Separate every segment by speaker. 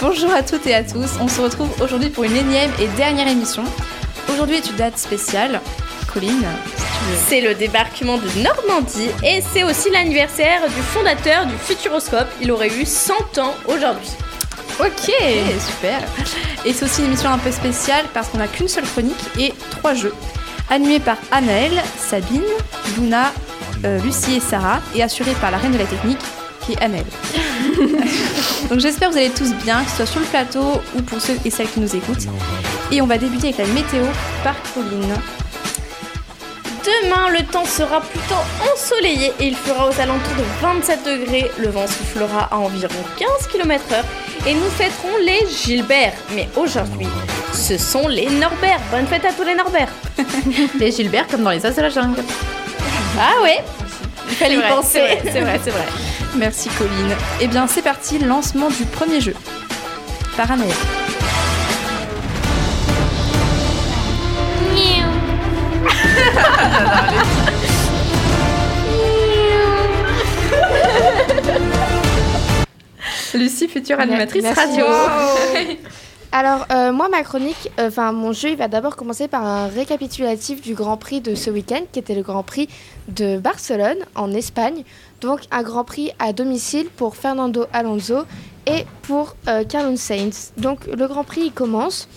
Speaker 1: Bonjour à toutes et à tous, on se retrouve aujourd'hui pour une énième et dernière émission. Aujourd'hui est une date spéciale. Colline, si tu veux.
Speaker 2: C'est le débarquement de Normandie et c'est aussi l'anniversaire du fondateur du Futuroscope. Il aurait eu 100 ans aujourd'hui.
Speaker 1: Ok, super. Et c'est aussi une émission un peu spéciale parce qu'on n'a qu'une seule chronique et trois jeux. Animés par Anaël, Sabine, Luna, euh, Lucie et Sarah et assuré par la reine de la technique qui est Anaël. Donc j'espère que vous allez tous bien, que ce soit sur le plateau ou pour ceux et celles qui nous écoutent. Et on va débuter avec la météo par Colline.
Speaker 2: Demain, le temps sera plutôt ensoleillé et il fera aux alentours de 27 degrés. Le vent soufflera à environ 15 km/h et nous fêterons les Gilbert. Mais aujourd'hui, ce sont les Norbert. Bonne fête à tous les Norbert.
Speaker 3: Les Gilbert comme dans les As de la jungle.
Speaker 2: Ah ouais Il fallait y
Speaker 3: vrai,
Speaker 2: penser.
Speaker 3: c'est vrai, c'est vrai, c'est vrai.
Speaker 1: Merci Colline. Et bien c'est parti, lancement du premier jeu. Par Anaël.
Speaker 3: Lucie, future animatrice
Speaker 4: Merci.
Speaker 3: radio.
Speaker 4: Alors, euh, moi, ma chronique, euh, enfin, mon jeu, il va d'abord commencer par un récapitulatif du Grand Prix de ce week-end, qui était le Grand Prix de Barcelone, en Espagne. Donc, un Grand Prix à domicile pour Fernando Alonso et pour euh, Carlos Sainz. Donc, le Grand Prix, il commence.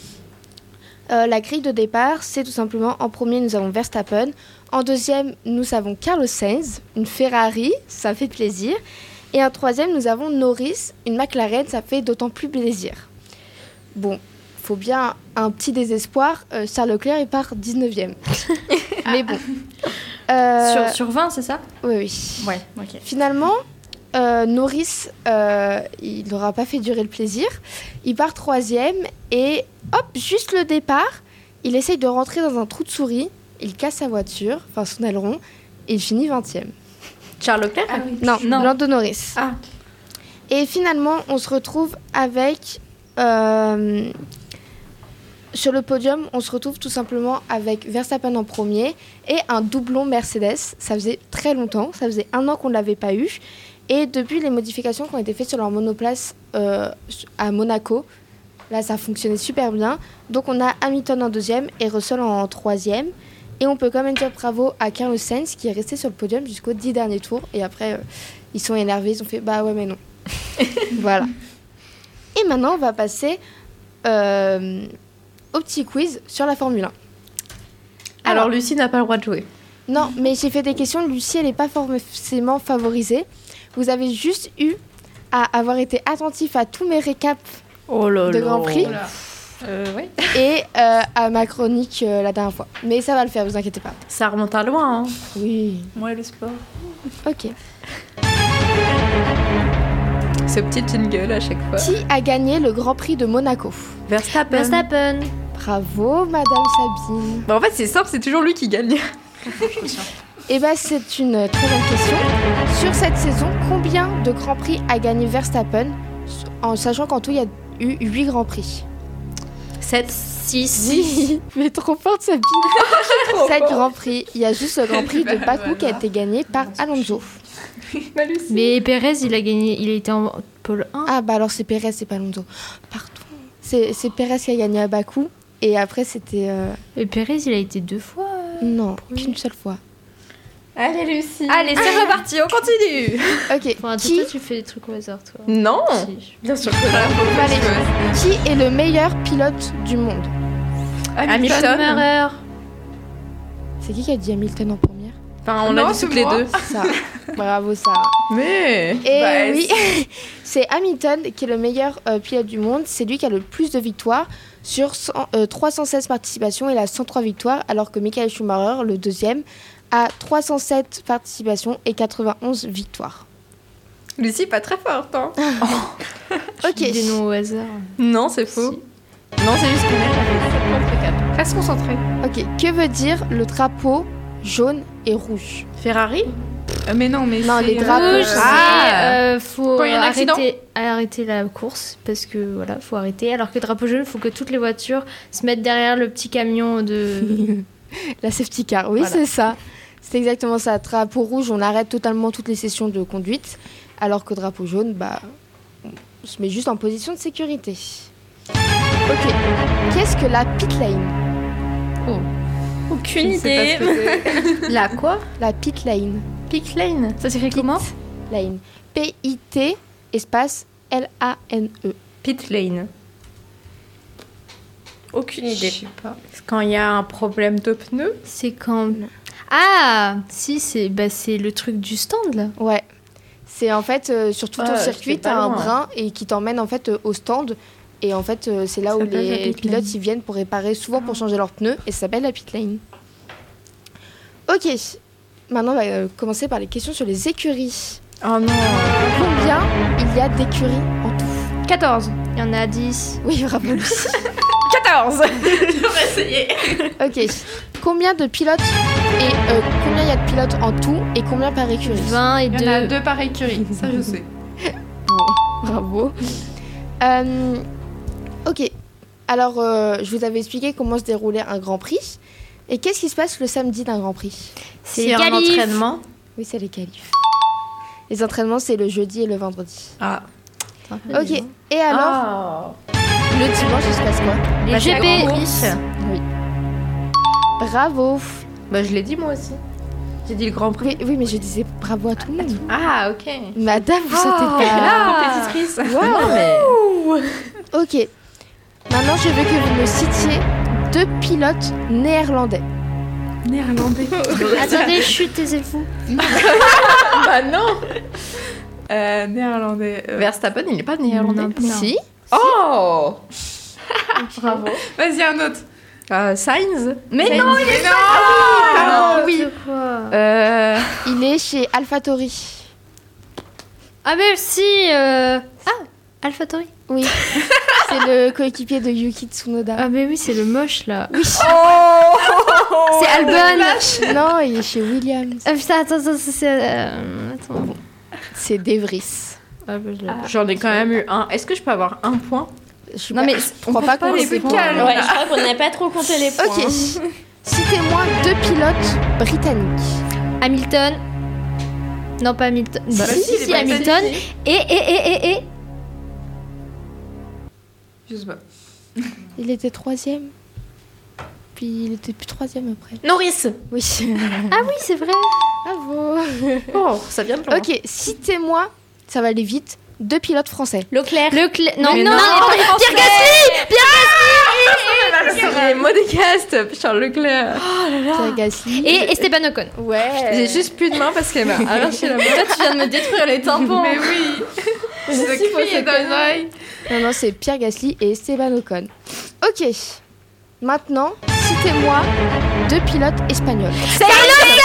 Speaker 4: Euh, la grille de départ, c'est tout simplement en premier, nous avons Verstappen. En deuxième, nous avons Carlos Sainz, une Ferrari, ça fait plaisir. Et en troisième, nous avons Norris, une McLaren, ça fait d'autant plus plaisir. Bon, faut bien un petit désespoir. euh, Charles Leclerc, il part 19ème. Mais bon. Euh,
Speaker 3: Sur, sur 20, c'est ça
Speaker 4: Oui, oui.
Speaker 3: Ouais, ok.
Speaker 4: Finalement, euh, Norris, euh, il n'aura pas fait durer le plaisir. Il part troisième et hop, juste le départ, il essaye de rentrer dans un trou de souris. Il casse sa voiture, enfin son aileron, et il finit 20ème.
Speaker 3: Charles Leclerc
Speaker 2: Ah
Speaker 4: Non,
Speaker 3: Non.
Speaker 4: Lando Norris.
Speaker 3: Ah.
Speaker 4: Et finalement, on se retrouve avec. euh, sur le podium, on se retrouve tout simplement avec Verstappen en premier et un doublon Mercedes. Ça faisait très longtemps, ça faisait un an qu'on ne l'avait pas eu. Et depuis les modifications qui ont été faites sur leur monoplace euh, à Monaco, là ça fonctionnait super bien. Donc on a Hamilton en deuxième et Russell en troisième. Et on peut quand même dire bravo à Carlos Sainz qui est resté sur le podium jusqu'aux dix derniers tours. Et après, euh, ils sont énervés, ils ont fait bah ouais mais non. voilà. Et maintenant on va passer euh, au petit quiz sur la Formule 1.
Speaker 3: Alors, Lucie n'a pas le droit de jouer.
Speaker 4: Non, mais j'ai fait des questions. Lucie, elle n'est pas forcément favorisée. Vous avez juste eu à avoir été attentif à tous mes récaps
Speaker 3: Oh là
Speaker 4: de Grand Prix
Speaker 3: Euh, ouais.
Speaker 4: et euh, à ma chronique euh, la dernière fois. Mais ça va le faire, vous inquiétez pas.
Speaker 3: Ça remonte à loin. Hein.
Speaker 4: Oui.
Speaker 3: Ouais, le sport.
Speaker 4: Ok.
Speaker 3: Ce petit jingle à chaque fois.
Speaker 4: Qui a gagné le Grand Prix de Monaco
Speaker 3: Verstappen.
Speaker 2: Verstappen.
Speaker 4: Bravo, Madame Sabine.
Speaker 3: Bah, en fait, c'est simple, c'est toujours lui qui gagne.
Speaker 4: Eh bien, c'est une très bonne question. Sur cette saison, combien de Grands Prix a gagné Verstappen En sachant qu'en tout, il y a eu 8 Grands Prix.
Speaker 3: 7.
Speaker 2: 6.
Speaker 4: Mais trop forte Sabine 7 Grands Prix. Il y a juste le Grand Prix de Bakou qui a été gagné par Alonso.
Speaker 5: Mais Perez, il a gagné, il était en pôle 1.
Speaker 4: Ah bah alors c'est Pérez, c'est pas Alonso. Pardon. C'est c'est Pérez qui a gagné à Bakou. Et après c'était... euh,
Speaker 5: Et Perez, il a été deux fois. euh.
Speaker 4: Non, qu'une seule fois.
Speaker 2: Allez, Lucie.
Speaker 3: Allez, c'est reparti, on continue
Speaker 4: Ok,
Speaker 5: Enfin, toi,
Speaker 4: qui,
Speaker 5: tu fais des trucs au hasard, toi.
Speaker 3: Non
Speaker 5: Si.
Speaker 3: Bien sûr que là, faut
Speaker 4: Allez. qui est le meilleur pilote du monde
Speaker 3: Ah, Hamilton.
Speaker 5: Schumacher.
Speaker 4: C'est qui qui a dit Hamilton en première
Speaker 3: Enfin, on
Speaker 6: Non,
Speaker 3: a dit
Speaker 6: c'est
Speaker 3: toutes les
Speaker 6: moi.
Speaker 3: deux.
Speaker 4: Ça. Bravo Sarah.
Speaker 3: Mais
Speaker 4: Et
Speaker 3: Bah,
Speaker 4: oui, c'est Hamilton qui est le meilleur euh, pilote du monde. C'est lui qui a le plus de victoires sur 100, euh, 316 participations. Il a 103 victoires, alors que Michael Schumacher, le deuxième, a 307 participations et 91 victoires.
Speaker 3: Lucie, pas très forte, hein
Speaker 4: Ok.
Speaker 5: Tu dis Des noms au hasard.
Speaker 3: Non, c'est faux. Non, c'est juste que Reste concentré.
Speaker 4: Ok. Que veut dire le drapeau jaune et rouge
Speaker 3: Ferrari Euh, Mais non, mais
Speaker 4: Non,
Speaker 3: c'est...
Speaker 4: les
Speaker 3: euh,
Speaker 4: drapeaux.
Speaker 5: Rouge,
Speaker 4: Rouge,
Speaker 3: Ah
Speaker 5: c'est, euh, faut
Speaker 3: Quand il y a un accident.
Speaker 5: arrêter, arrêter la course parce que voilà, faut arrêter. Alors que drapeau jaune, faut que toutes les voitures se mettent derrière le petit camion de.
Speaker 4: La safety car, oui,
Speaker 5: Voilà.
Speaker 4: c'est ça. C'est exactement ça. Drapeau rouge, on arrête totalement toutes les sessions de conduite, alors que drapeau jaune, bah, on se met juste en position de sécurité. Ok, qu'est-ce que la pit lane
Speaker 2: Aucune
Speaker 3: je sais pas
Speaker 2: idée.
Speaker 3: ce que c'est.
Speaker 1: La quoi
Speaker 4: La pit lane,
Speaker 5: Pick Lane. Ça s'écrit comment
Speaker 4: lane, P-I-T espace L-A-N-E.
Speaker 1: Pit lane.
Speaker 2: Aucune
Speaker 1: Je
Speaker 2: idée.
Speaker 1: sais pas. C'est Quand il y a un problème de pneu,
Speaker 5: C'est quand. Ah, si, c'est bah, c'est le truc du stand là.
Speaker 4: Ouais. C'est en fait euh, sur tout
Speaker 1: Ah,
Speaker 4: ton
Speaker 1: c'est
Speaker 4: circuit,
Speaker 1: pas
Speaker 4: t'as un
Speaker 1: loin.
Speaker 4: brin et qui t'emmène en fait euh, au stand. Et en fait, euh, c'est là
Speaker 1: Ça
Speaker 4: où
Speaker 1: s'appelle la
Speaker 4: les
Speaker 1: pit lane.
Speaker 4: pilotes ils viennent pour réparer, souvent
Speaker 1: Ah.
Speaker 4: pour changer leurs pneus, et ça s'appelle la pit lane. Ok, maintenant on va euh, commencer par les questions sur les écuries.
Speaker 1: Oh non
Speaker 4: Combien il y a d'écuries en tout
Speaker 5: 14. Il y en a 10.
Speaker 4: Oui, bravo Lucie.
Speaker 1: 14
Speaker 4: Ok, combien de pilotes et euh, combien il y a de pilotes en tout et combien par écurie
Speaker 5: 20 et
Speaker 3: Il
Speaker 5: 2.
Speaker 3: y en a deux par écurie, ça je sais.
Speaker 4: Bravo. Euh, ok. Alors, euh, je vous avais expliqué comment se déroulait un Grand Prix. Et qu'est-ce qui se passe le samedi d'un Grand Prix
Speaker 5: les
Speaker 2: un
Speaker 5: qualifs.
Speaker 2: entraînement.
Speaker 4: Oui, c'est les qualifs. Les entraînements, c'est le jeudi et le vendredi.
Speaker 1: Ah
Speaker 4: Ok. Et alors, le dimanche, il se passe quoi
Speaker 5: Les
Speaker 1: Bah, c'est la grande
Speaker 5: GP.
Speaker 4: Bravo.
Speaker 1: Bah je l'ai dit moi aussi. J'ai dit le Grand Prix.
Speaker 4: Oui, oui, mais je disais bravo à tout le monde.
Speaker 1: Ah ok.
Speaker 4: Madame, vous sautez pas.
Speaker 1: Ah, compétitrice
Speaker 4: Wow.
Speaker 1: mais...
Speaker 4: Ok. Maintenant, je veux que vous me citiez deux pilotes néerlandais.
Speaker 3: Néerlandais.
Speaker 5: Attendez, chut, taisez-vous.
Speaker 1: Bah non
Speaker 3: Ah Euh, néerlandais. euh,
Speaker 1: Verstappen il n'est pas néerlandais.
Speaker 4: Si
Speaker 1: Oh
Speaker 5: Bravo.
Speaker 3: Vas-y, un autre.
Speaker 1: euh, Sainz Mais non il est
Speaker 5: Ah, oui.
Speaker 1: Euh...
Speaker 4: Il est chez AlphaTauri.
Speaker 5: Ah, mais si. euh, Ah, AlphaTauri.
Speaker 4: Oui. c'est le coéquipier de Yuki Tsunoda.
Speaker 5: Ah, mais oui, c'est le moche là.
Speaker 1: Oh
Speaker 5: c'est Albon.
Speaker 4: Non, il est chez Williams.
Speaker 5: Ah, putain, attends, attends, c'est. euh, Attends.
Speaker 4: C'est De Vries.
Speaker 5: Ah, bah, je l'ai.
Speaker 1: J'en ai quand même eu un. Est-ce que je peux avoir un point
Speaker 4: Je suis
Speaker 1: Non
Speaker 4: pas-
Speaker 1: mais
Speaker 4: je crois pas qu'on
Speaker 1: les
Speaker 4: sait.
Speaker 1: points.
Speaker 2: Ouais, je crois qu'on n'a pas trop compté les points.
Speaker 4: Ok. Citez-moi deux pilotes britanniques.
Speaker 5: Hamilton. Non, pas Hamilton.
Speaker 4: Bah,
Speaker 5: si, si, si, Hamilton. Et, et, et, et, et.
Speaker 3: Je sais pas.
Speaker 4: Il était troisième. Puis il était plus troisième après.
Speaker 2: Norris.
Speaker 4: Oui.
Speaker 5: Ah oui, c'est vrai.
Speaker 1: Ah
Speaker 4: Bravo.
Speaker 1: Oh, ça vient de loin.
Speaker 4: Ok, citez-moi, ça va aller vite, deux pilotes français.
Speaker 2: Leclerc.
Speaker 5: Le clé. Non,
Speaker 1: Mais
Speaker 5: non,
Speaker 1: non,
Speaker 5: non, Pierre
Speaker 1: Et Modeste, Charles Leclerc.
Speaker 4: Pierre Gasly.
Speaker 5: Gasly. Et Esteban Ocon.
Speaker 4: Ouais.
Speaker 1: J'ai juste plus de main parce qu'elle m'a arraché
Speaker 2: Ah,
Speaker 1: la main. Toi, tu viens de me détruire les tympans.
Speaker 3: Mais oui Je suis crié dans les oreilles.
Speaker 4: Non, non, c'est Pierre Gasly et Esteban Ocon. Ok. Maintenant, citez-moi deux pilotes espagnols.
Speaker 5: C'est Alonso.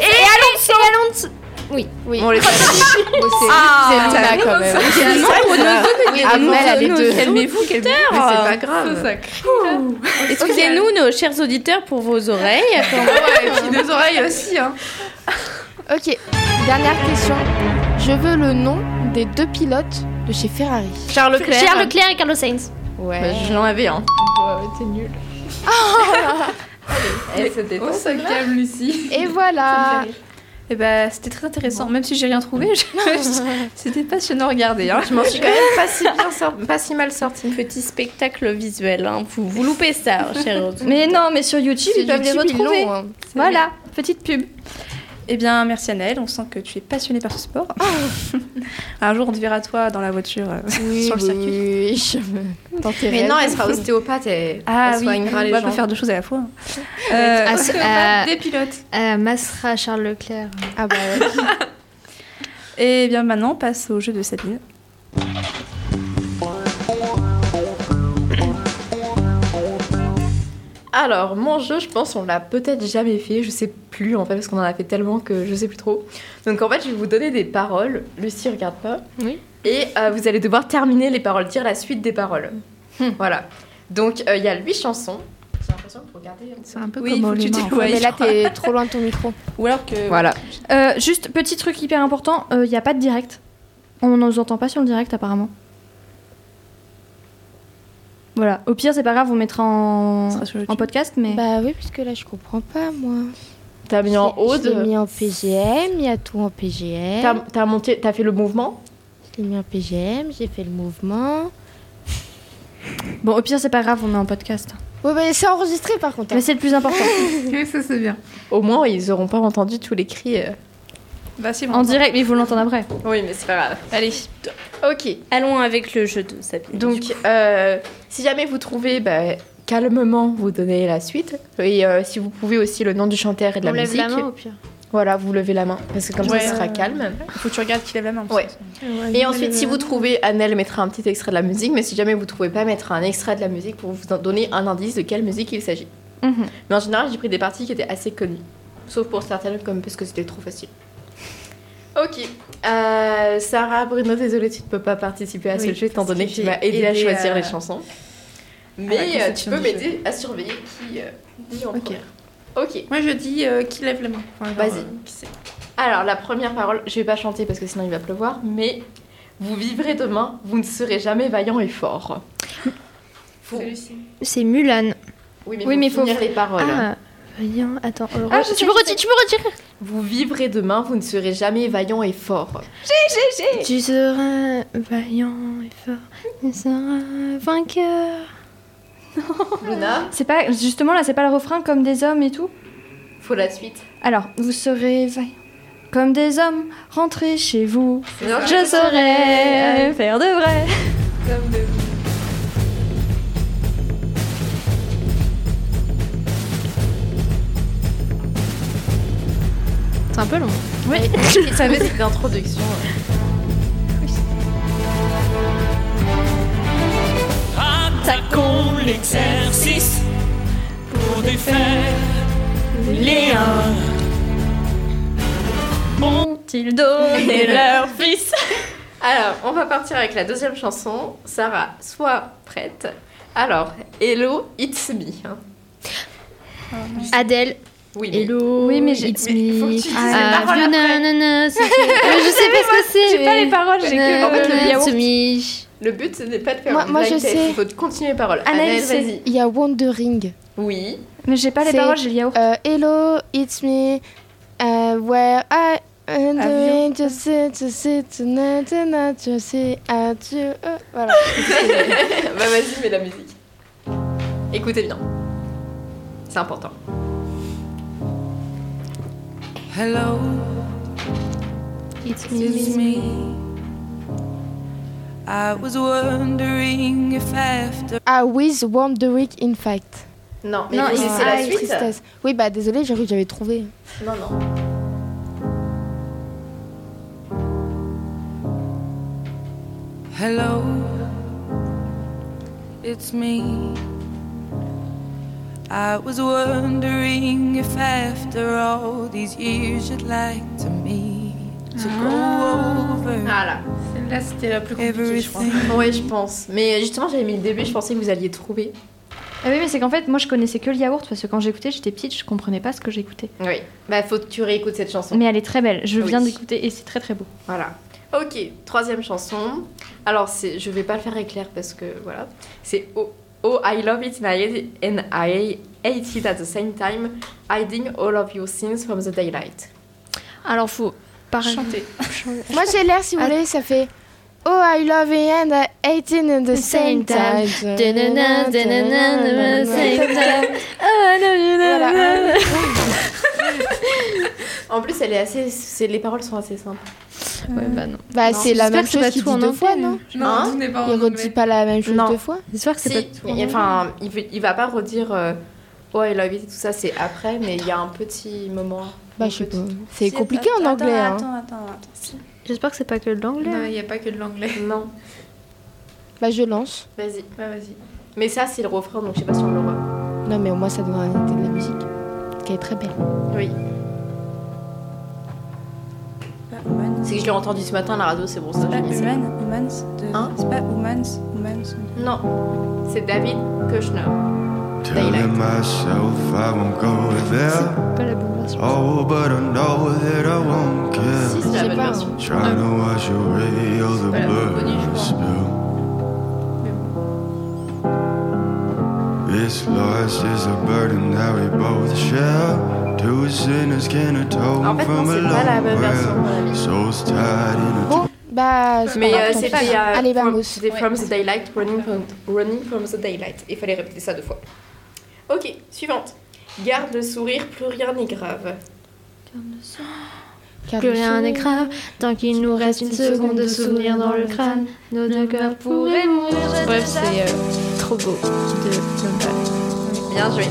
Speaker 5: Et Alonso. Alonso.
Speaker 4: Oui.
Speaker 1: On les fait.
Speaker 4: Oh, c'est
Speaker 1: Ah,
Speaker 4: c'est Luna quand même. Amel, elle est deux.
Speaker 1: Calmez-vous, calmez-vous. Mais c'est pas
Speaker 3: Ça,
Speaker 1: grave.
Speaker 3: ça crie.
Speaker 2: Excusez-nous, nos chers auditeurs, pour vos oreilles.
Speaker 3: Ouais, et puis deux oreilles aussi, hein.
Speaker 4: Ok, dernière question. Je veux le nom des deux pilotes de chez Ferrari.
Speaker 1: Charles Leclerc.
Speaker 5: Charles Leclerc et Carlos Sainz.
Speaker 1: Bah, je l'en avais
Speaker 2: hein.
Speaker 1: un.
Speaker 3: t'es nul.
Speaker 1: Elle se détend.
Speaker 3: Oh, ça calme, Lucie.
Speaker 4: Et voilà.
Speaker 3: Et
Speaker 1: Eh ben,
Speaker 3: bah, c'était très intéressant. Même si j'ai rien trouvé, je- c'était passionnant à regarder. Hein. Je m'en suis quand même pas si, bien sor- pas si mal sortie.
Speaker 2: Petit spectacle visuel. hein. Vous, vous loupez ça, hein, chers auditeurs.
Speaker 1: Mais non, mais sur YouTube, ils peuvent les retrouver.
Speaker 4: hein.
Speaker 1: Voilà, petite pub. Eh bien, merci Anaël, on sent que tu es passionnée par ce sport. Ah. Un jour, on te verra toi dans la voiture. euh,
Speaker 4: Oui,
Speaker 1: Sur le
Speaker 4: oui,
Speaker 1: circuit.
Speaker 4: oui, je me tenterai.
Speaker 6: Mais non, elle sera ostéopathe et elle soignera
Speaker 1: ah on
Speaker 6: les
Speaker 1: va
Speaker 6: gens.
Speaker 1: pas faire deux choses à la fois. Euh,
Speaker 5: Ah,
Speaker 3: Parce
Speaker 5: c'est-
Speaker 3: que pas
Speaker 5: euh,
Speaker 3: Des pilotes.
Speaker 5: euh, Masra, Charles Leclerc.
Speaker 4: Ah bah ouais.
Speaker 1: Et Eh bien maintenant, on passe au jeu de Sabine.
Speaker 6: Alors, mon jeu, je pense, on l'a peut-être jamais fait, je sais plus en fait, parce qu'on en a fait tellement que je sais plus trop. Donc en fait, je vais vous donner des paroles. Lucie, regarde pas.
Speaker 5: Oui.
Speaker 6: Et euh, vous allez devoir terminer les paroles, dire la suite des paroles. Voilà. Donc euh, il y a huit chansons. J'ai l'impression que pour regarder.
Speaker 3: C'est un peu
Speaker 1: Oui,
Speaker 3: comme
Speaker 1: faut
Speaker 3: au
Speaker 1: que tu
Speaker 3: Léman,
Speaker 1: t'éloignes.
Speaker 3: en fait.
Speaker 1: Ouais,
Speaker 4: mais
Speaker 1: je
Speaker 4: là,
Speaker 1: crois.
Speaker 4: t'es trop loin de ton micro.
Speaker 1: Ou alors que.
Speaker 3: Voilà.
Speaker 5: Euh, juste petit truc hyper important, il n'y a pas de direct. On ne nous entend pas sur le direct apparemment. Voilà, au pire c'est pas grave, on mettra en,
Speaker 1: Ça sera sur
Speaker 5: en
Speaker 1: YouTube.
Speaker 5: podcast, mais
Speaker 4: Bah oui, puisque là, je comprends pas, moi.
Speaker 6: T'as mis en
Speaker 4: Je l'ai
Speaker 6: Aude,
Speaker 4: mis en PGM, il y a tout en PGM.
Speaker 6: t'as t'as monté, t'as fait le mouvement.
Speaker 4: Je l'ai mis en PGM, j'ai fait le mouvement.
Speaker 5: bon au pire c'est pas grave, on est en podcast.
Speaker 4: Oui, mais c'est enregistré par contre. hein.
Speaker 5: Mais c'est le plus important.
Speaker 3: Oui, ça c'est bien.
Speaker 6: Au moins, ils auront pas entendu tous les cris. euh.
Speaker 1: Bah, si,
Speaker 5: en
Speaker 1: bon.
Speaker 5: direct, mais il faut l'entendre après.
Speaker 6: Oui, mais c'est pas grave.
Speaker 1: Allez.
Speaker 6: Ok.
Speaker 2: Allons avec le jeu de Sabine.
Speaker 6: Donc, euh, si jamais vous trouvez, bah, calmement, vous donnez la suite. Et euh, si vous pouvez aussi le nom du chanteur et de la
Speaker 5: on lève
Speaker 6: musique.
Speaker 5: la main au pire.
Speaker 6: Voilà, vous levez la main parce que comme
Speaker 1: Ouais.
Speaker 6: ça, ce sera calme.
Speaker 1: Faut que tu regardes qui lève la main.
Speaker 6: Ouais. Et ensuite, si vous trouvez, Annelle mettra un petit extrait de la musique. Mais si jamais vous trouvez pas, mettra un extrait de la musique pour vous en donner un indice de quelle musique il s'agit.
Speaker 5: Mhm.
Speaker 6: Mais en général, j'ai pris des parties qui étaient assez connues. Sauf pour certaines, comme parce que c'était trop facile. Ok. Euh, Sarah, Bruno, désolée, tu ne peux pas participer à ce
Speaker 1: Oui,
Speaker 6: jeu, étant
Speaker 1: parce
Speaker 6: donné
Speaker 1: que
Speaker 6: que tu
Speaker 1: j'ai
Speaker 6: m'as aidé à
Speaker 1: aidé
Speaker 6: choisir
Speaker 1: à-
Speaker 6: les chansons.
Speaker 1: à la
Speaker 6: Mais euh, tu
Speaker 1: conception
Speaker 6: peux
Speaker 1: du
Speaker 6: m'aider à surveiller qui euh, dit en
Speaker 1: Ok.
Speaker 6: premier. Ok.
Speaker 1: Moi, je dis euh, qui lève la main. Enfin, genre,
Speaker 6: Vas-y.
Speaker 1: euh, qui c'est
Speaker 6: Alors, la première parole, je vais pas chanter parce que sinon il va pleuvoir, mais vous vivrez demain, vous ne serez jamais vaillant et fort. Faut-
Speaker 5: C'est Mulan.
Speaker 6: Oui, mais
Speaker 5: Oui,
Speaker 6: faut
Speaker 5: mais faut-
Speaker 6: finir les paroles.
Speaker 5: Ah, voyons, attends. euh,
Speaker 6: Ah,
Speaker 5: re-
Speaker 6: je sais,
Speaker 5: tu, peux
Speaker 6: je
Speaker 5: reti-
Speaker 6: sais.
Speaker 5: tu peux retirer
Speaker 6: Vous vivrez demain, vous ne serez jamais vaillant et fort.
Speaker 5: Tu seras vaillant et fort, tu seras vainqueur.
Speaker 6: Luna,
Speaker 5: C'est pas justement là, c'est pas le refrain comme des hommes et tout.
Speaker 6: faut la suite.
Speaker 5: Alors, vous serez vaillants comme des hommes, rentrez chez vous.
Speaker 6: Non,
Speaker 5: Je saurai faire de vrai. C'est un peu long.
Speaker 6: Ça avait cette introduction.
Speaker 7: Attaquons l'exercice pour défaire les uns.
Speaker 5: Ont-ils donné leur fils
Speaker 6: Alors, on va partir avec la deuxième chanson. Sarah, sois prête. Alors, Hello, it's me. hein.
Speaker 5: Adèle.
Speaker 6: Oui, mais-
Speaker 5: Hello. Oui, mais j'ai.
Speaker 6: it's me. faut que tu dises les paroles
Speaker 5: non, non, non, c'est- Mais je sais pas ce que c'est.
Speaker 6: j'ai pas les
Speaker 5: paroles,
Speaker 6: j'ai que- en fait, le yaourt.
Speaker 5: yaourt.
Speaker 6: Le but, ce n'est pas de faire
Speaker 4: Moi-
Speaker 6: un
Speaker 4: moi, je
Speaker 6: blind test.
Speaker 4: sais.
Speaker 6: Il faut continuer les paroles.
Speaker 5: Annelle,
Speaker 6: Annelle,
Speaker 5: c'est-
Speaker 6: vas-y.
Speaker 4: Il y a Wandering.
Speaker 6: Oui.
Speaker 5: Mais j'ai pas les
Speaker 4: C'est-
Speaker 5: paroles, j'ai le yaourt.
Speaker 4: Euh, hello, it's me. Uh, where I am doing just sit, just sit, tonight, tonight, just sit, at you. Euh, Voilà.
Speaker 6: bah vas-y, mets la musique. Écoutez bien. C'est important.
Speaker 7: Hello,
Speaker 5: It's
Speaker 7: it's
Speaker 5: me.
Speaker 7: me. I was wondering if after
Speaker 4: Ah, with Wandering, in fact. Ah,
Speaker 6: Non, mais
Speaker 5: Non,
Speaker 6: vous
Speaker 5: it's
Speaker 6: laissez la
Speaker 5: I,
Speaker 6: suite.
Speaker 4: Tristesse. Oui, bah désolé, j'ai cru que j'avais trouvé.
Speaker 6: Non, non.
Speaker 7: hello, it's me. I was wondering if after all these years you'd like to me to go over
Speaker 6: Voilà.
Speaker 1: Celle-là, c'était la plus compliquée, je crois.
Speaker 7: everything.
Speaker 6: Ouais, je pense. Mais justement, j'avais mis le début, je pensais que vous alliez trouver.
Speaker 5: Ah oui, mais c'est qu'en fait, moi je connaissais que le yaourt parce que quand j'écoutais, j'étais petite, je comprenais pas ce que j'écoutais.
Speaker 6: Oui. Bah, faut que tu réécoutes cette chanson.
Speaker 5: Mais elle est très belle, je
Speaker 6: Oui.
Speaker 5: viens d'écouter et c'est très très beau.
Speaker 6: Voilà. Ok, troisième chanson. Alors, c'est, je vais pas le faire éclair parce que voilà. C'est oh, oh, I love it and I hate it, and I hate it at the same time, hiding all of your sins from the daylight.
Speaker 5: Alors faut parler.
Speaker 1: Chanter.
Speaker 4: Moi, j'ai l'air, si vous
Speaker 5: Ah.
Speaker 4: voulez, ça fait. Oh, I love it and I hate it at the same time.
Speaker 5: Ah,
Speaker 4: Voilà.
Speaker 6: En plus, elle est assez, c'est, les paroles sont assez simples.
Speaker 5: Ouais, bah non.
Speaker 4: Bah,
Speaker 5: Non,
Speaker 4: c'est la même
Speaker 5: j'espère que c'est
Speaker 4: chose
Speaker 5: pas
Speaker 4: qu'il
Speaker 5: tout
Speaker 4: dit
Speaker 5: en
Speaker 4: deux
Speaker 5: anglais.
Speaker 4: fois, non
Speaker 1: Non,
Speaker 6: Hein
Speaker 1: tout n'est pas en
Speaker 4: Il
Speaker 1: anglais.
Speaker 4: redit pas la même chose
Speaker 6: Non.
Speaker 4: deux fois
Speaker 5: J'espère que c'est
Speaker 6: Si,
Speaker 5: pas tout.
Speaker 6: mais enfin, il, veut- il va pas redire euh, oh, I love it et tout ça, c'est après, mais il y a un petit moment.
Speaker 4: Bah,
Speaker 6: une
Speaker 4: je sais pas.
Speaker 6: petite-
Speaker 4: C'est
Speaker 1: Si,
Speaker 4: compliqué en
Speaker 1: attends,
Speaker 4: anglais, hein.
Speaker 1: Attends, attends, attends.
Speaker 5: J'espère que c'est pas que de
Speaker 1: Non,
Speaker 5: l'anglais.
Speaker 1: il n'y a pas que de l'anglais.
Speaker 6: Non,
Speaker 4: Bah, je lance.
Speaker 6: vas-y.
Speaker 1: Bah, vas-y.
Speaker 6: Mais ça, c'est le refrain, donc je sais pas si on le voit.
Speaker 4: Non, mais au moins, ça devrait arrêter de la musique. Qui est très belle.
Speaker 6: Oui.
Speaker 1: Pas Humans.
Speaker 6: C'est que je l'ai entendu ce matin à la radio, Ah, c'est pour ça
Speaker 1: C'est
Speaker 6: que je
Speaker 1: pas
Speaker 6: l'ai mis ça.
Speaker 1: Human, Humans. de-
Speaker 6: Hein
Speaker 1: C'est pas Humans, Humans.
Speaker 6: Non, c'est David Kushner.
Speaker 2: Daylight.
Speaker 8: Telling myself I won't go there.
Speaker 5: Pas la bonne version.
Speaker 8: Oh, but I know that I won't
Speaker 6: Si, c'est
Speaker 8: care.
Speaker 6: la
Speaker 4: J'ai
Speaker 6: bonne
Speaker 4: pas,
Speaker 6: version.
Speaker 8: Trying to wash away all the
Speaker 6: pas la bonne
Speaker 8: blood
Speaker 6: connue, je
Speaker 8: I
Speaker 6: crois.
Speaker 8: spill. This loss is a burden that we both share. Two sinners can atone
Speaker 6: En fait, non,
Speaker 8: from a
Speaker 6: c'est pas la
Speaker 8: long
Speaker 6: bonne version, à
Speaker 8: prayer.
Speaker 6: mon avis.
Speaker 8: Souls tied in a
Speaker 4: Bon, bah, c'est
Speaker 6: Mais
Speaker 4: pas
Speaker 6: euh,
Speaker 4: grave,
Speaker 6: c'était
Speaker 4: tant pis.
Speaker 6: euh,
Speaker 4: Allez,
Speaker 6: from-
Speaker 4: vamos.
Speaker 6: c'était From the Daylight, running from, running from the Daylight. Il fallait répéter ça deux fois. Ok, suivante. Garde le sourire, plus rien n'est grave.
Speaker 4: Car
Speaker 5: Plus
Speaker 4: le
Speaker 5: rien n'est
Speaker 4: sourire-
Speaker 5: grave tant qu'il nous reste une seconde de souvenir dans le crâne. Nos deux cœurs pourraient mourir.
Speaker 2: Bref, c'est. euh,
Speaker 5: trop beau de Lombard.
Speaker 6: Bien joué.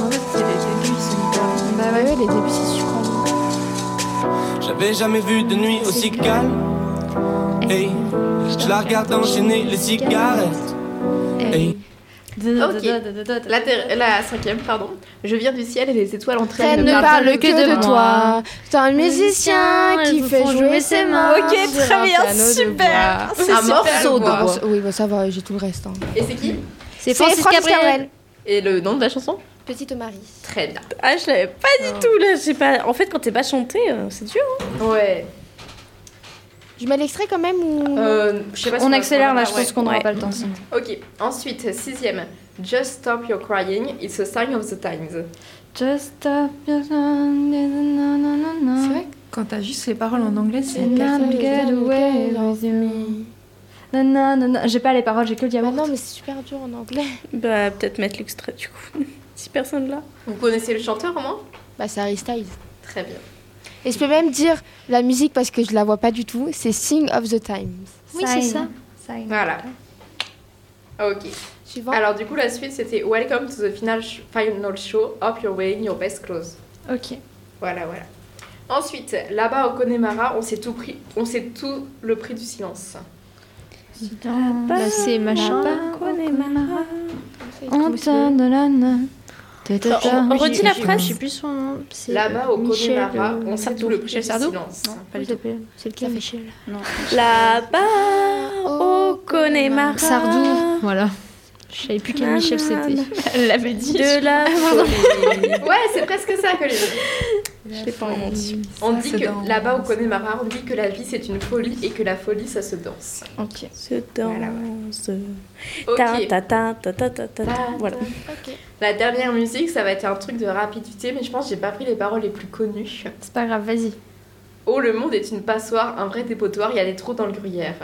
Speaker 3: En fait, c'est les débuts, c'est hyper.
Speaker 4: Bah ouais, ouais, les débuts, c'est super.
Speaker 9: J'avais jamais vu de nuit aussi calme. Hey, je la regarde enchaîner les cigarettes. Hey,
Speaker 6: Ok. La, ter- la cinquième, pardon. Je viens du ciel et les étoiles en train
Speaker 4: Elle
Speaker 6: de
Speaker 4: ne parle que de toi. C'est un musicien
Speaker 5: Musicien,
Speaker 4: qui
Speaker 5: elles
Speaker 4: fait
Speaker 5: font
Speaker 4: jouer ses
Speaker 5: Ah,
Speaker 4: mains.
Speaker 2: Ok,
Speaker 4: sur
Speaker 2: très
Speaker 4: un
Speaker 2: bien,
Speaker 4: piano de
Speaker 2: super.
Speaker 4: bois.
Speaker 2: C'est
Speaker 6: Un
Speaker 2: super
Speaker 6: morceau
Speaker 2: beau.
Speaker 6: de bois.
Speaker 4: Oui, bah ça va, j'ai tout le reste. hein.
Speaker 6: Et c'est qui
Speaker 5: C'est
Speaker 4: C'est
Speaker 5: Francis Cabrel.
Speaker 6: Et le nom de la chanson
Speaker 4: Petite Marie.
Speaker 6: Très bien.
Speaker 2: Ah, je l'avais pas du tout là. J'ai pas. En fait, quand t'es pas chanté, euh, c'est dur.
Speaker 6: Ouais.
Speaker 4: Je mets l'extrait quand même ou
Speaker 6: Euh, je sais pas si
Speaker 5: On
Speaker 6: va-
Speaker 5: accélère là, je
Speaker 6: Ouais.
Speaker 5: pense qu'on n'aura
Speaker 6: Ouais.
Speaker 5: pas le temps.
Speaker 6: Ok, ensuite, sixième. Just stop your crying, it's a sign of the times.
Speaker 5: Just stop your song, na, na, na, na.
Speaker 3: C'est vrai que quand t'as juste les paroles en anglais, c'est.
Speaker 5: And I'll get away with you. Na, na, na, na. J'ai pas les paroles, j'ai que le
Speaker 4: Bah
Speaker 5: diamant.
Speaker 4: non, mais c'est super dur en anglais.
Speaker 2: Bah, peut-être mettre l'extrait du coup. Si personne là.
Speaker 6: Vous connaissez le chanteur au moins
Speaker 4: Bah c'est Harry Styles.
Speaker 6: Très bien.
Speaker 4: Et je peux même dire la musique parce que je la vois pas du tout. C'est Sing of the Times.
Speaker 5: Oui, c'est ça.
Speaker 6: Voilà. Ok.
Speaker 4: Suivant.
Speaker 6: Alors du coup, la suite, c'était Welcome to the final, sh- final show. Hope you're wearing your best clothes.
Speaker 5: Ok.
Speaker 6: Voilà, voilà. Ensuite, là-bas au Connemara, on s'est tout pris, on sait tout le prix du silence.
Speaker 5: Là, Bah, c'est machin. On
Speaker 4: Comment
Speaker 5: t'a de la na. Ta, ta, ta.
Speaker 2: On- on redit la
Speaker 5: J'ai-
Speaker 2: phrase.
Speaker 5: Je sais plus son nom. c'est,
Speaker 6: Là-bas au
Speaker 5: euh, Michel,
Speaker 6: Connemara,
Speaker 5: euh,
Speaker 6: on sait tout le prix du silence.
Speaker 5: Comment il s'appelle C'est lequel Michel
Speaker 2: Là-bas, au Connemara.
Speaker 5: Sardou. Voilà. Je savais plus quel Michel c'était.
Speaker 2: Elle l'avait dit. De la folie.
Speaker 6: ouais, c'est presque ça que les
Speaker 2: Je l'ai pas inventé.
Speaker 6: On dit que là-bas au Connemara, on dit que la vie c'est une folie et que la folie ça se danse.
Speaker 1: Ok.
Speaker 2: Se
Speaker 6: Voilà,
Speaker 2: danse.
Speaker 6: Ok.
Speaker 2: Ta, ta, ta, ta, ta, ta, ta. Voilà.
Speaker 6: La dernière musique, ça va être un truc de rapidité, mais je pense que j'ai pas pris les paroles les plus connues.
Speaker 5: C'est pas grave, vas-y.
Speaker 6: Oh, le monde est une passoire, un vrai dépotoir, il y a des trous dans le gruyère.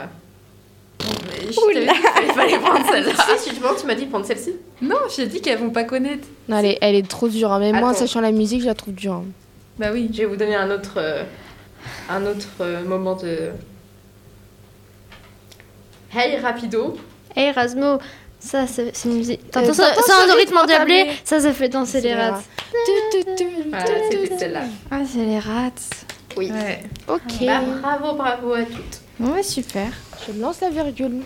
Speaker 3: Oh,
Speaker 6: Je
Speaker 2: Oula.
Speaker 6: t'avais dit qu'il fallait pas les prendre celle-là. si, tu demandes, tu m'as dit de prendre celle-ci.
Speaker 3: Non, j'ai dit qu'elles vont pas connaître.
Speaker 4: Non, elle est, elle est trop dure. hein. Même moi, en
Speaker 6: Attends.
Speaker 4: sachant la musique, je la trouve dure. hein.
Speaker 3: Bah oui.
Speaker 6: Je vais vous donner un autre, euh, un autre euh, moment de. Hey, rapido.
Speaker 5: Hey Rasmo, ça c'est c'est une musique.
Speaker 4: Euh,
Speaker 5: T'entends ça,
Speaker 4: t'entends
Speaker 5: ça,
Speaker 4: ce
Speaker 5: un rythme
Speaker 4: rythme
Speaker 5: endiablé,
Speaker 4: endiablé
Speaker 5: ça ça fait danser les rats.
Speaker 4: Tu, tu, tu,
Speaker 6: Voilà,
Speaker 4: tu, tu,
Speaker 6: c'était
Speaker 4: tu.
Speaker 6: celle-là.
Speaker 1: Ah, c'est les rats.
Speaker 6: Oui.
Speaker 3: Ouais.
Speaker 4: Ok.
Speaker 6: Bah, bravo, bravo à toutes.
Speaker 1: Ouais, super.
Speaker 4: Je me lance la virgule.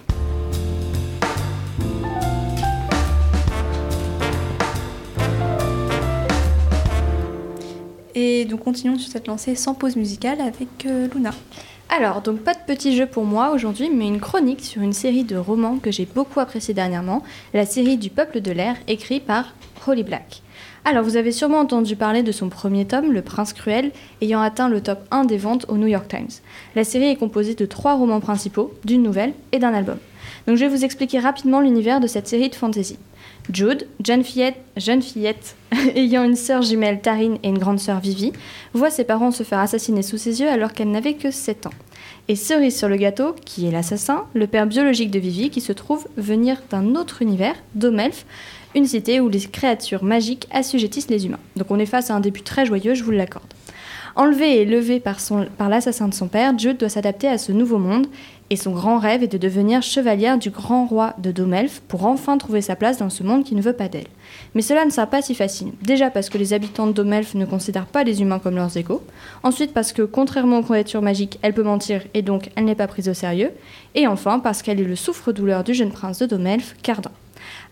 Speaker 1: Et donc continuons sur cette lancée sans pause musicale avec euh, Luna. Alors, donc pas de petit jeu pour moi aujourd'hui, mais une chronique sur une série de romans que j'ai beaucoup appréciée dernièrement, la série du Peuple de l'air, écrite par Holly Black. Alors, vous avez sûrement entendu parler de son premier tome, Le Prince Cruel, ayant atteint le top 1 des ventes au New York Times. La série est composée de trois romans principaux, d'une nouvelle et d'un album. Donc, je vais vous expliquer rapidement l'univers de cette série de fantasy. Jude, jeune fillette, jeune fillette ayant une sœur jumelle Tarine et une grande sœur Vivi, voit ses parents se faire assassiner sous ses yeux alors qu'elle n'avait que 7 ans. Et cerise sur le gâteau, qui est l'assassin, le père biologique de Vivi qui se trouve venir d'un autre univers, Domelf, une cité où les créatures magiques assujettissent les humains. Donc on est face à un début très joyeux, je vous l'accorde. Enlevé et élevé par, son- par l'assassin de son père, Jude doit s'adapter à ce nouveau monde et son grand rêve est de devenir chevalière du grand roi de Domelf pour enfin trouver sa place dans ce monde qui ne veut pas d'elle. Mais cela ne sera pas si facile. Déjà parce que les habitants de Domelf ne considèrent pas les humains comme leurs égaux. Ensuite parce que, contrairement aux créatures magiques, elle peut mentir et donc elle n'est pas prise au sérieux. Et enfin parce qu'elle est le souffre-douleur du jeune prince de Domelf, Cardin.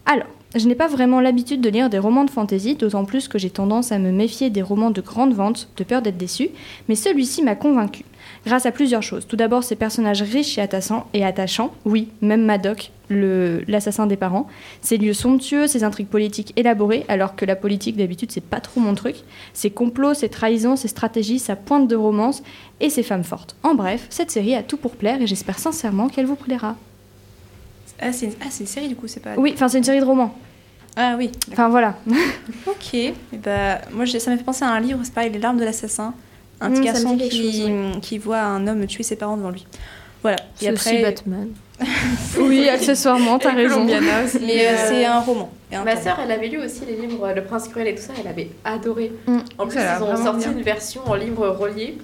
Speaker 1: Alors,
Speaker 5: Je n'ai pas vraiment l'habitude de lire des romans de fantasy, d'autant plus que j'ai tendance à me méfier des romans de grande vente, de peur d'être déçu, mais celui-ci m'a convaincu. Grâce à plusieurs choses. Tout d'abord, ces personnages riches et attachants, et attachants. oui, même Madoc, le- l'assassin des parents, ces lieux somptueux, ces intrigues politiques élaborées, alors que la politique d'habitude c'est pas trop mon truc, ses complots, ses trahisons, ses stratégies, sa pointe de romance et ses femmes fortes. En bref, cette série a tout pour plaire et j'espère sincèrement qu'elle vous plaira.
Speaker 1: Ah, c'est une... ah, c'est une série du coup, c'est pas.
Speaker 5: Oui, enfin c'est une série de romans.
Speaker 1: Ah oui.
Speaker 5: Enfin voilà.
Speaker 1: Ok. Et bah, moi, j'ai- ça m'a fait penser à un livre, c'est pareil, Les larmes de l'assassin. Un petit
Speaker 5: Mm, ça me
Speaker 1: garçon
Speaker 5: dit quelque
Speaker 1: qui... qui voit un homme tuer ses parents devant lui. Voilà. Et
Speaker 5: C'est aussi
Speaker 1: après.
Speaker 5: Batman. oui, accessoirement, t'as raison.
Speaker 1: Mais euh,
Speaker 6: Euh,
Speaker 1: c'est un roman. Et
Speaker 5: Bah,
Speaker 1: un
Speaker 6: Ma
Speaker 1: tome.
Speaker 6: sœur, elle avait lu aussi les livres euh, Le Prince Cruel et tout ça, elle avait adoré.
Speaker 5: Mm.
Speaker 6: En plus,
Speaker 4: Ça a l'air
Speaker 6: ils ont
Speaker 4: vraiment
Speaker 6: sorti
Speaker 4: bien.
Speaker 6: une version en livre relié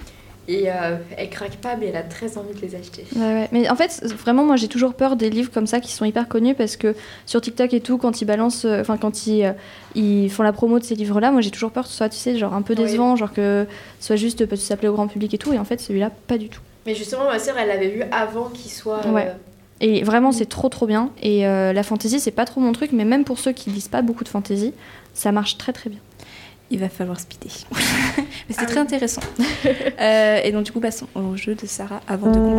Speaker 6: et euh, elle craque pas, mais elle a très envie de les acheter.
Speaker 5: Ouais, ouais. Mais en fait, c- vraiment, moi, j'ai toujours peur des livres comme ça qui sont hyper connus parce que sur TikTok et tout, quand ils balancent, euh, enfin, quand ils, euh, ils font la promo de ces livres-là, moi, j'ai toujours peur que ce soit, tu sais, genre un peu
Speaker 6: Oui.
Speaker 5: décevant, genre que ce soit juste parce que ça plaît au grand public et tout. Et en fait, celui-là, pas du tout.
Speaker 6: Mais justement, ma sœur, elle l'avait vu avant qu'il soit. euh,
Speaker 5: Ouais. Et vraiment, c'est trop, trop bien. Et euh, la fantasy, c'est pas trop mon truc, mais même pour ceux qui lisent pas beaucoup de fantasy, ça marche très, très bien. Ah
Speaker 1: Il va falloir speeder. Mais c'était très intéressant. Euh, et donc, du coup, passons au jeu de Sarah avant de
Speaker 5: Mmh.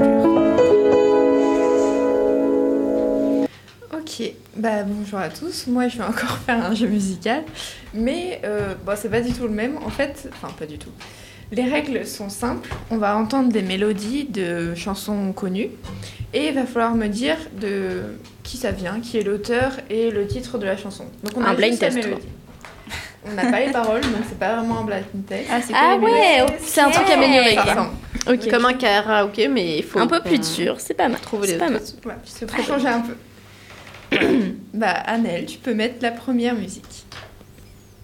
Speaker 1: conclure.
Speaker 4: Ok, bah bonjour à tous. Moi, je vais encore faire un jeu musical, mais euh, bon, c'est pas du tout le même. En fait, enfin pas du tout. Les règles sont simples. On va entendre des mélodies de chansons connues, et il va falloir me dire de qui ça vient, qui est l'auteur et le titre de la chanson. Donc on
Speaker 2: Un
Speaker 4: a
Speaker 2: blind
Speaker 4: juste la
Speaker 2: test, quoi.
Speaker 4: mélodie. On n'a pas les paroles, donc c'est pas vraiment un blind test.
Speaker 1: Ah, c'est
Speaker 2: Ah ouais,
Speaker 5: C'est un truc amélioré,
Speaker 4: Ça
Speaker 5: quoi.
Speaker 4: ressemble.
Speaker 5: Ok.
Speaker 6: Comme un karaoké, mais il faut.
Speaker 2: Un peu
Speaker 6: qu'on
Speaker 2: plus de sûr, c'est pas mal.
Speaker 6: Trouve les
Speaker 2: C'est pas
Speaker 6: autres.
Speaker 2: mal.
Speaker 4: Ouais, c'est pour changer un peu. bah, Annelle, tu peux mettre la première musique.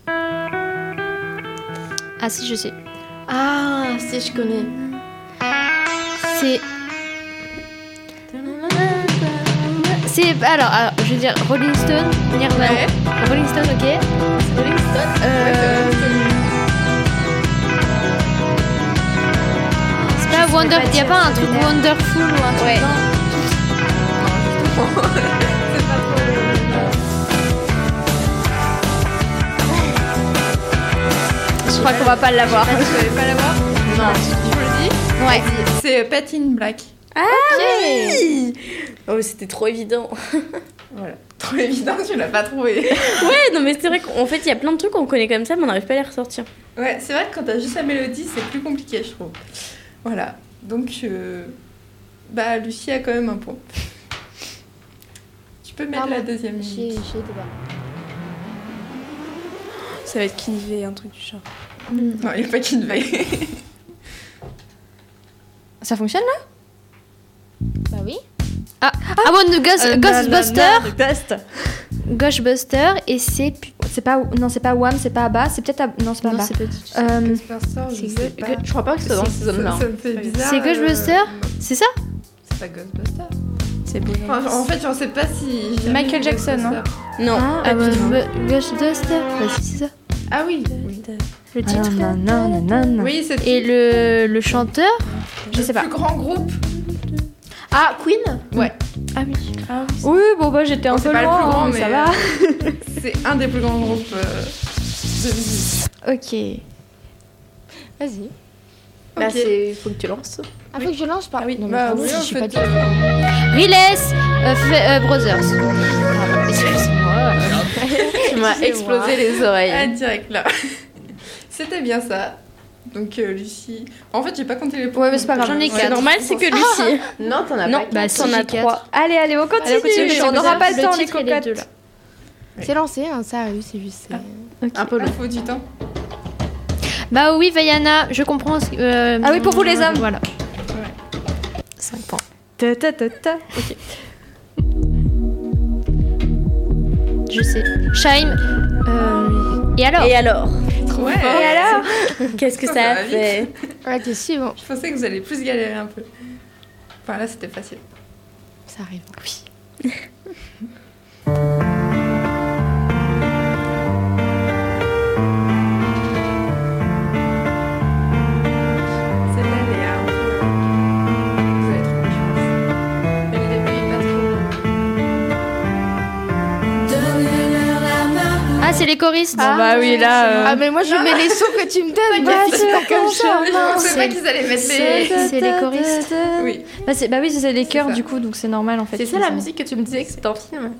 Speaker 5: Ah si, je sais.
Speaker 2: Ah, si je connais.
Speaker 5: C'est. C'est. Alors, alors, je veux dire, Rolling Stone, Nirvana. Rolling Stone, ok.
Speaker 4: Euh,
Speaker 5: C'est pas Wonder. Y'a pas un truc Wonderful ou un truc.
Speaker 2: Ouais.
Speaker 5: dans-
Speaker 2: Je crois qu'on va pas l'avoir.
Speaker 4: vous n'allez pas la voir Non. Je vous le dis
Speaker 2: Ouais.
Speaker 4: C'est euh, Pat in Black. Ah
Speaker 2: Oui. Oh, c'était trop évident.
Speaker 4: Voilà. Trop évident, tu l'as pas trouvé.
Speaker 2: Ouais, non, mais c'est vrai qu'en fait, il y a plein de trucs qu'on connaît comme ça, mais on n'arrive pas à les ressortir.
Speaker 4: Ouais, c'est vrai que quand t'as juste la mélodie, c'est plus compliqué, je trouve. Voilà. Donc, euh, bah, Lucie a quand même un point. Tu peux mettre
Speaker 10: Pardon.
Speaker 4: la deuxième
Speaker 10: J'ai
Speaker 4: musique.
Speaker 10: j'ai été voir.
Speaker 1: Ça va être Kinvey, un truc du genre.
Speaker 4: Non, il n'y a pas qui ne veille.
Speaker 5: Ça fonctionne là
Speaker 10: Bah oui.
Speaker 5: Ah, bon,
Speaker 4: Euh,
Speaker 5: Ghostbuster Ghostbuster
Speaker 1: Test
Speaker 5: Ghostbuster, et c'est. pu- C'est pas. Non, c'est pas Wham, c'est pas Abba, c'est peut-être. Ab- Non, c'est pas
Speaker 2: Non,
Speaker 5: Abba.
Speaker 2: c'est petit.
Speaker 5: Euh,
Speaker 4: Ghostbusters, Oh, je
Speaker 5: c'est
Speaker 4: sais
Speaker 5: que-
Speaker 4: pas.
Speaker 6: Je crois pas que ce soit dans ces zones-là.
Speaker 4: Ça, ça me fait bizarre.
Speaker 5: C'est Ghostbuster
Speaker 4: euh,
Speaker 5: C'est ça
Speaker 4: C'est pas Ghostbuster.
Speaker 1: C'est beau.
Speaker 4: Enfin, en fait, j'en sais pas si. j'ai
Speaker 1: Michael
Speaker 4: vu
Speaker 1: Jackson,
Speaker 10: hein.
Speaker 4: Ghostbuster.
Speaker 2: Non.
Speaker 5: Ah,
Speaker 2: pas du tout.
Speaker 5: Ghostbu- Ghostbuster Bah, si, c'est ça.
Speaker 4: Ah oui.
Speaker 5: Le titre
Speaker 4: Oui, c'est
Speaker 5: Et le, le chanteur
Speaker 4: je sais pas. plus grand groupe.
Speaker 5: Ah, Queen
Speaker 4: Ouais.
Speaker 5: Oui, bon, bah, j'étais un
Speaker 4: Bon, Oh, c'est
Speaker 5: peu
Speaker 4: pas le plus grand,
Speaker 5: loin, mais ça
Speaker 4: mais- euh,
Speaker 5: va.
Speaker 4: C'est un des plus grands groupes euh, de musique.
Speaker 5: Ok.
Speaker 10: Vas-y.
Speaker 6: Là,
Speaker 4: Ok.
Speaker 6: Bah, c'est. Faut que tu lances.
Speaker 10: Ah, faut que je lance par.
Speaker 4: Ah oui,
Speaker 10: non, mais
Speaker 4: bah
Speaker 10: pardon,
Speaker 4: oui,
Speaker 10: si
Speaker 4: en
Speaker 10: je suis pas
Speaker 4: fait,
Speaker 10: du-
Speaker 4: euh,
Speaker 5: Relays euh, F- euh, Brothers.
Speaker 6: Tu m'as explosé les
Speaker 4: ah,
Speaker 6: oreilles.
Speaker 4: direct là. C'était bien ça. Donc euh, Lucie. En fait, j'ai pas compté les points.
Speaker 5: Ouais, mais c'est pas grave.
Speaker 4: J'en ai
Speaker 2: C'est
Speaker 4: quatre.
Speaker 2: normal, c'est que Lucie.
Speaker 6: Non, t'en as
Speaker 5: Non,
Speaker 6: pas.
Speaker 5: bah,
Speaker 2: T'en
Speaker 5: si,
Speaker 2: as
Speaker 5: j'ai
Speaker 2: trois.
Speaker 5: quatre. Allez, allez, on continue.
Speaker 2: continue,
Speaker 5: on
Speaker 2: continue.
Speaker 5: n'aura pas le
Speaker 2: Le
Speaker 5: temps,
Speaker 2: titre
Speaker 5: les
Speaker 2: et les deux,
Speaker 5: cocottes.
Speaker 10: C'est lancé, hein, ça a eu, c'est juste. c'est-
Speaker 4: Un peu Il faut du temps.
Speaker 5: Bah oui, Vaiana, je comprends. ce- euh,
Speaker 1: Ah oui, pour vous, les hommes.
Speaker 5: Voilà.
Speaker 1: Ta ta ta ta.
Speaker 5: Je sais. Shime. euh, Et alors
Speaker 2: Et alors
Speaker 4: Ouais.
Speaker 2: alors Qu'est-ce que
Speaker 4: Ça,
Speaker 2: ça
Speaker 4: ça
Speaker 2: a
Speaker 4: va vite.
Speaker 2: fait
Speaker 10: Ouais, t'es si bon.
Speaker 4: Je pensais que vous allez plus galérer un peu. Enfin là, c'était facile.
Speaker 10: Ça arrive. Oui.
Speaker 4: Celle-là, elle est un peu- Vous allez trouver, je pense.
Speaker 6: Ah,
Speaker 4: Elle est- elle est pas trop-
Speaker 11: Donnez-leur
Speaker 5: c'est les choristes.
Speaker 12: Ah, bah oui, là. euh,
Speaker 4: Ah, mais moi je mets les sons que tu me donnes.
Speaker 13: Bah,
Speaker 4: Bah, c'est pas comme ça.
Speaker 13: Je
Speaker 4: mince.
Speaker 13: sais pas qu'ils allaient mettre les.
Speaker 5: C'est les choristes.
Speaker 13: Oui.
Speaker 1: Bah, c'est- bah oui, c'est les chœurs
Speaker 13: ça.
Speaker 1: du coup, donc c'est normal en fait.
Speaker 6: C'est ça
Speaker 1: Ils
Speaker 6: la
Speaker 1: ont-
Speaker 6: musique que tu me disais que c'était en film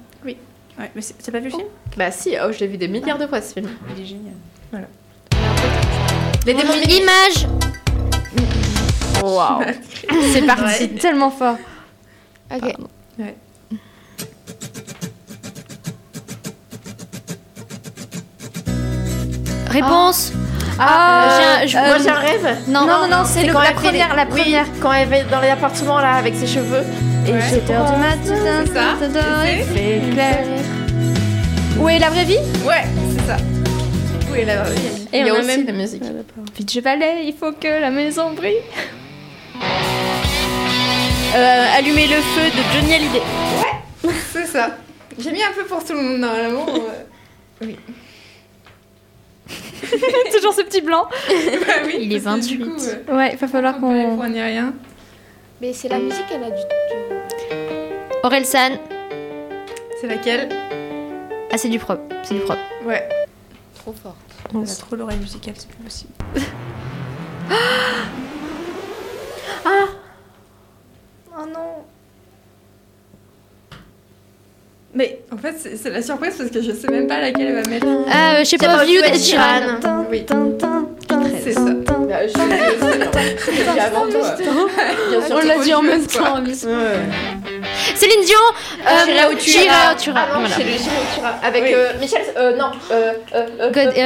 Speaker 5: Ouais, mais c'est- t'as pas vu le film
Speaker 6: Bah si, oh, je l'ai vu des milliards de fois ce film.
Speaker 5: Il est génial.
Speaker 6: Les démons
Speaker 5: Image
Speaker 6: Waouh
Speaker 1: C'est parti, tellement fort.
Speaker 4: Ok.
Speaker 5: Réponse
Speaker 6: Ah,
Speaker 5: Ah, j'ai un- je-
Speaker 6: Moi
Speaker 5: euh,
Speaker 6: j'ai un rêve
Speaker 5: Non,
Speaker 1: non, non, c'est le-
Speaker 6: quand
Speaker 1: la
Speaker 6: elle fait
Speaker 1: première,
Speaker 6: les-
Speaker 1: la
Speaker 6: Oui,
Speaker 1: première.
Speaker 6: quand elle va dans l'appartement là avec ses cheveux. Et
Speaker 13: Ouais.
Speaker 6: j'ai peur du
Speaker 1: matin,
Speaker 13: c'est ça.
Speaker 1: il fait clair. Où est la vraie vie
Speaker 13: Ouais, c'est ça. Oui, là, oui.
Speaker 1: Et
Speaker 6: Il y a
Speaker 1: on a
Speaker 6: aussi
Speaker 1: même-
Speaker 6: la musique.
Speaker 1: Vite, je valais, il faut que la maison brille.
Speaker 2: Euh, allumer le feu de Johnny Hallyday.
Speaker 13: c'est ça. J'ai mis un peu pour tout le monde normalement. euh,
Speaker 1: Toujours ce petit blanc.
Speaker 13: bah oui,
Speaker 5: Il est
Speaker 13: parce que du
Speaker 5: 28.
Speaker 13: coup, euh,
Speaker 1: Ouais, il va falloir
Speaker 13: on peut aller
Speaker 1: qu'on.
Speaker 13: pour ni rien.
Speaker 4: Mais c'est la musique, elle a du.
Speaker 5: Orelsan.
Speaker 13: C'est laquelle
Speaker 5: Ah, c'est du propre. C'est du propre.
Speaker 13: Ouais.
Speaker 4: Trop fort.
Speaker 5: On a trop l'oreille musicale, c'est plus possible.
Speaker 13: Mais en fait, c'est c'est la surprise parce que je sais même pas laquelle elle va mettre.
Speaker 5: Ah, euh, je sais pas, Viewed
Speaker 6: Ed
Speaker 5: Ed Sheeran.
Speaker 13: Oui. C'est ça.
Speaker 6: Bah, je suis désolée. J'ai dit avant toi. Bien sûr,
Speaker 1: On l'a dit en même temps.
Speaker 5: Céline Dion euh,
Speaker 6: J'irai où tu
Speaker 5: J'irai
Speaker 6: iras.
Speaker 5: où tu iras.
Speaker 6: Ah non,
Speaker 5: Voilà.
Speaker 6: c'est le J'irai où tu iras. Avec
Speaker 13: Oui.
Speaker 6: euh, Michel. Euh, non. Euh, euh, euh,
Speaker 5: God-
Speaker 6: euh,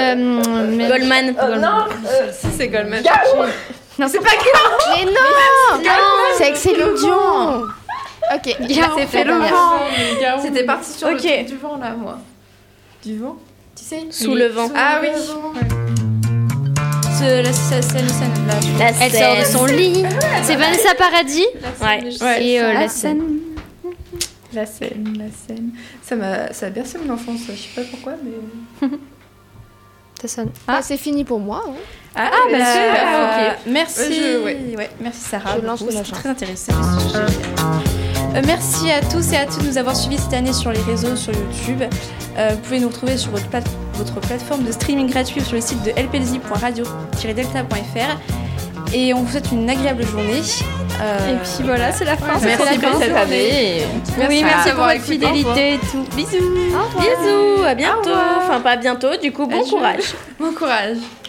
Speaker 5: euh, mais-
Speaker 2: Goldman.
Speaker 6: euh, non. euh,
Speaker 13: Si c'est Goldman.
Speaker 4: Mais non Oh, C'est avec Céline Dion Ok, bah,
Speaker 6: c'est fait le
Speaker 13: Ah, mais Garou.
Speaker 6: C'était parti sur
Speaker 2: Ok.
Speaker 6: le truc du vent là, moi.
Speaker 13: du vent.
Speaker 6: Tu sais
Speaker 2: Sous le vent.
Speaker 13: Ah oui.
Speaker 1: Euh, La scène, scène, là.
Speaker 2: La
Speaker 5: Elle sort de son lit. C'est Vanessa Paradis.
Speaker 2: Ouais.
Speaker 13: Ouais.
Speaker 5: Et
Speaker 6: Ah.
Speaker 5: euh, la scène.
Speaker 13: Ah. La scène, la scène. Ça m'a, ça a bercé mon enfance. Je sais pas pourquoi, mais.
Speaker 5: Ça sonne.
Speaker 4: Bah, c'est fini pour moi. hein.
Speaker 1: Ah,
Speaker 13: bah, super,
Speaker 1: merci.
Speaker 13: Euh, je-
Speaker 1: ouais.
Speaker 13: ouais.
Speaker 1: merci Sarah.
Speaker 4: Je lance
Speaker 1: beaucoup,
Speaker 4: le
Speaker 1: C'était
Speaker 4: lachin.
Speaker 1: très intéressant. ce sujet. Euh, merci à tous et à toutes de nous avoir suivis cette année sur les réseaux, sur YouTube. Euh, vous pouvez nous retrouver sur votre, plate- votre plateforme de streaming gratuit ou sur le site de lpdz.radio-delta.fr. Et on vous souhaite une agréable journée.
Speaker 2: Euh,
Speaker 1: et puis voilà, c'est la fin.
Speaker 6: Merci pour cette année.
Speaker 1: Oui,
Speaker 13: merci
Speaker 1: merci pour
Speaker 13: d'avoir
Speaker 1: votre
Speaker 13: écouté. Au revoir.
Speaker 1: fidélité et tout. Bisous.
Speaker 2: Bisous, à bientôt. Enfin, pas à bientôt, du coup, bon
Speaker 1: je-
Speaker 2: courage.
Speaker 13: Bon courage.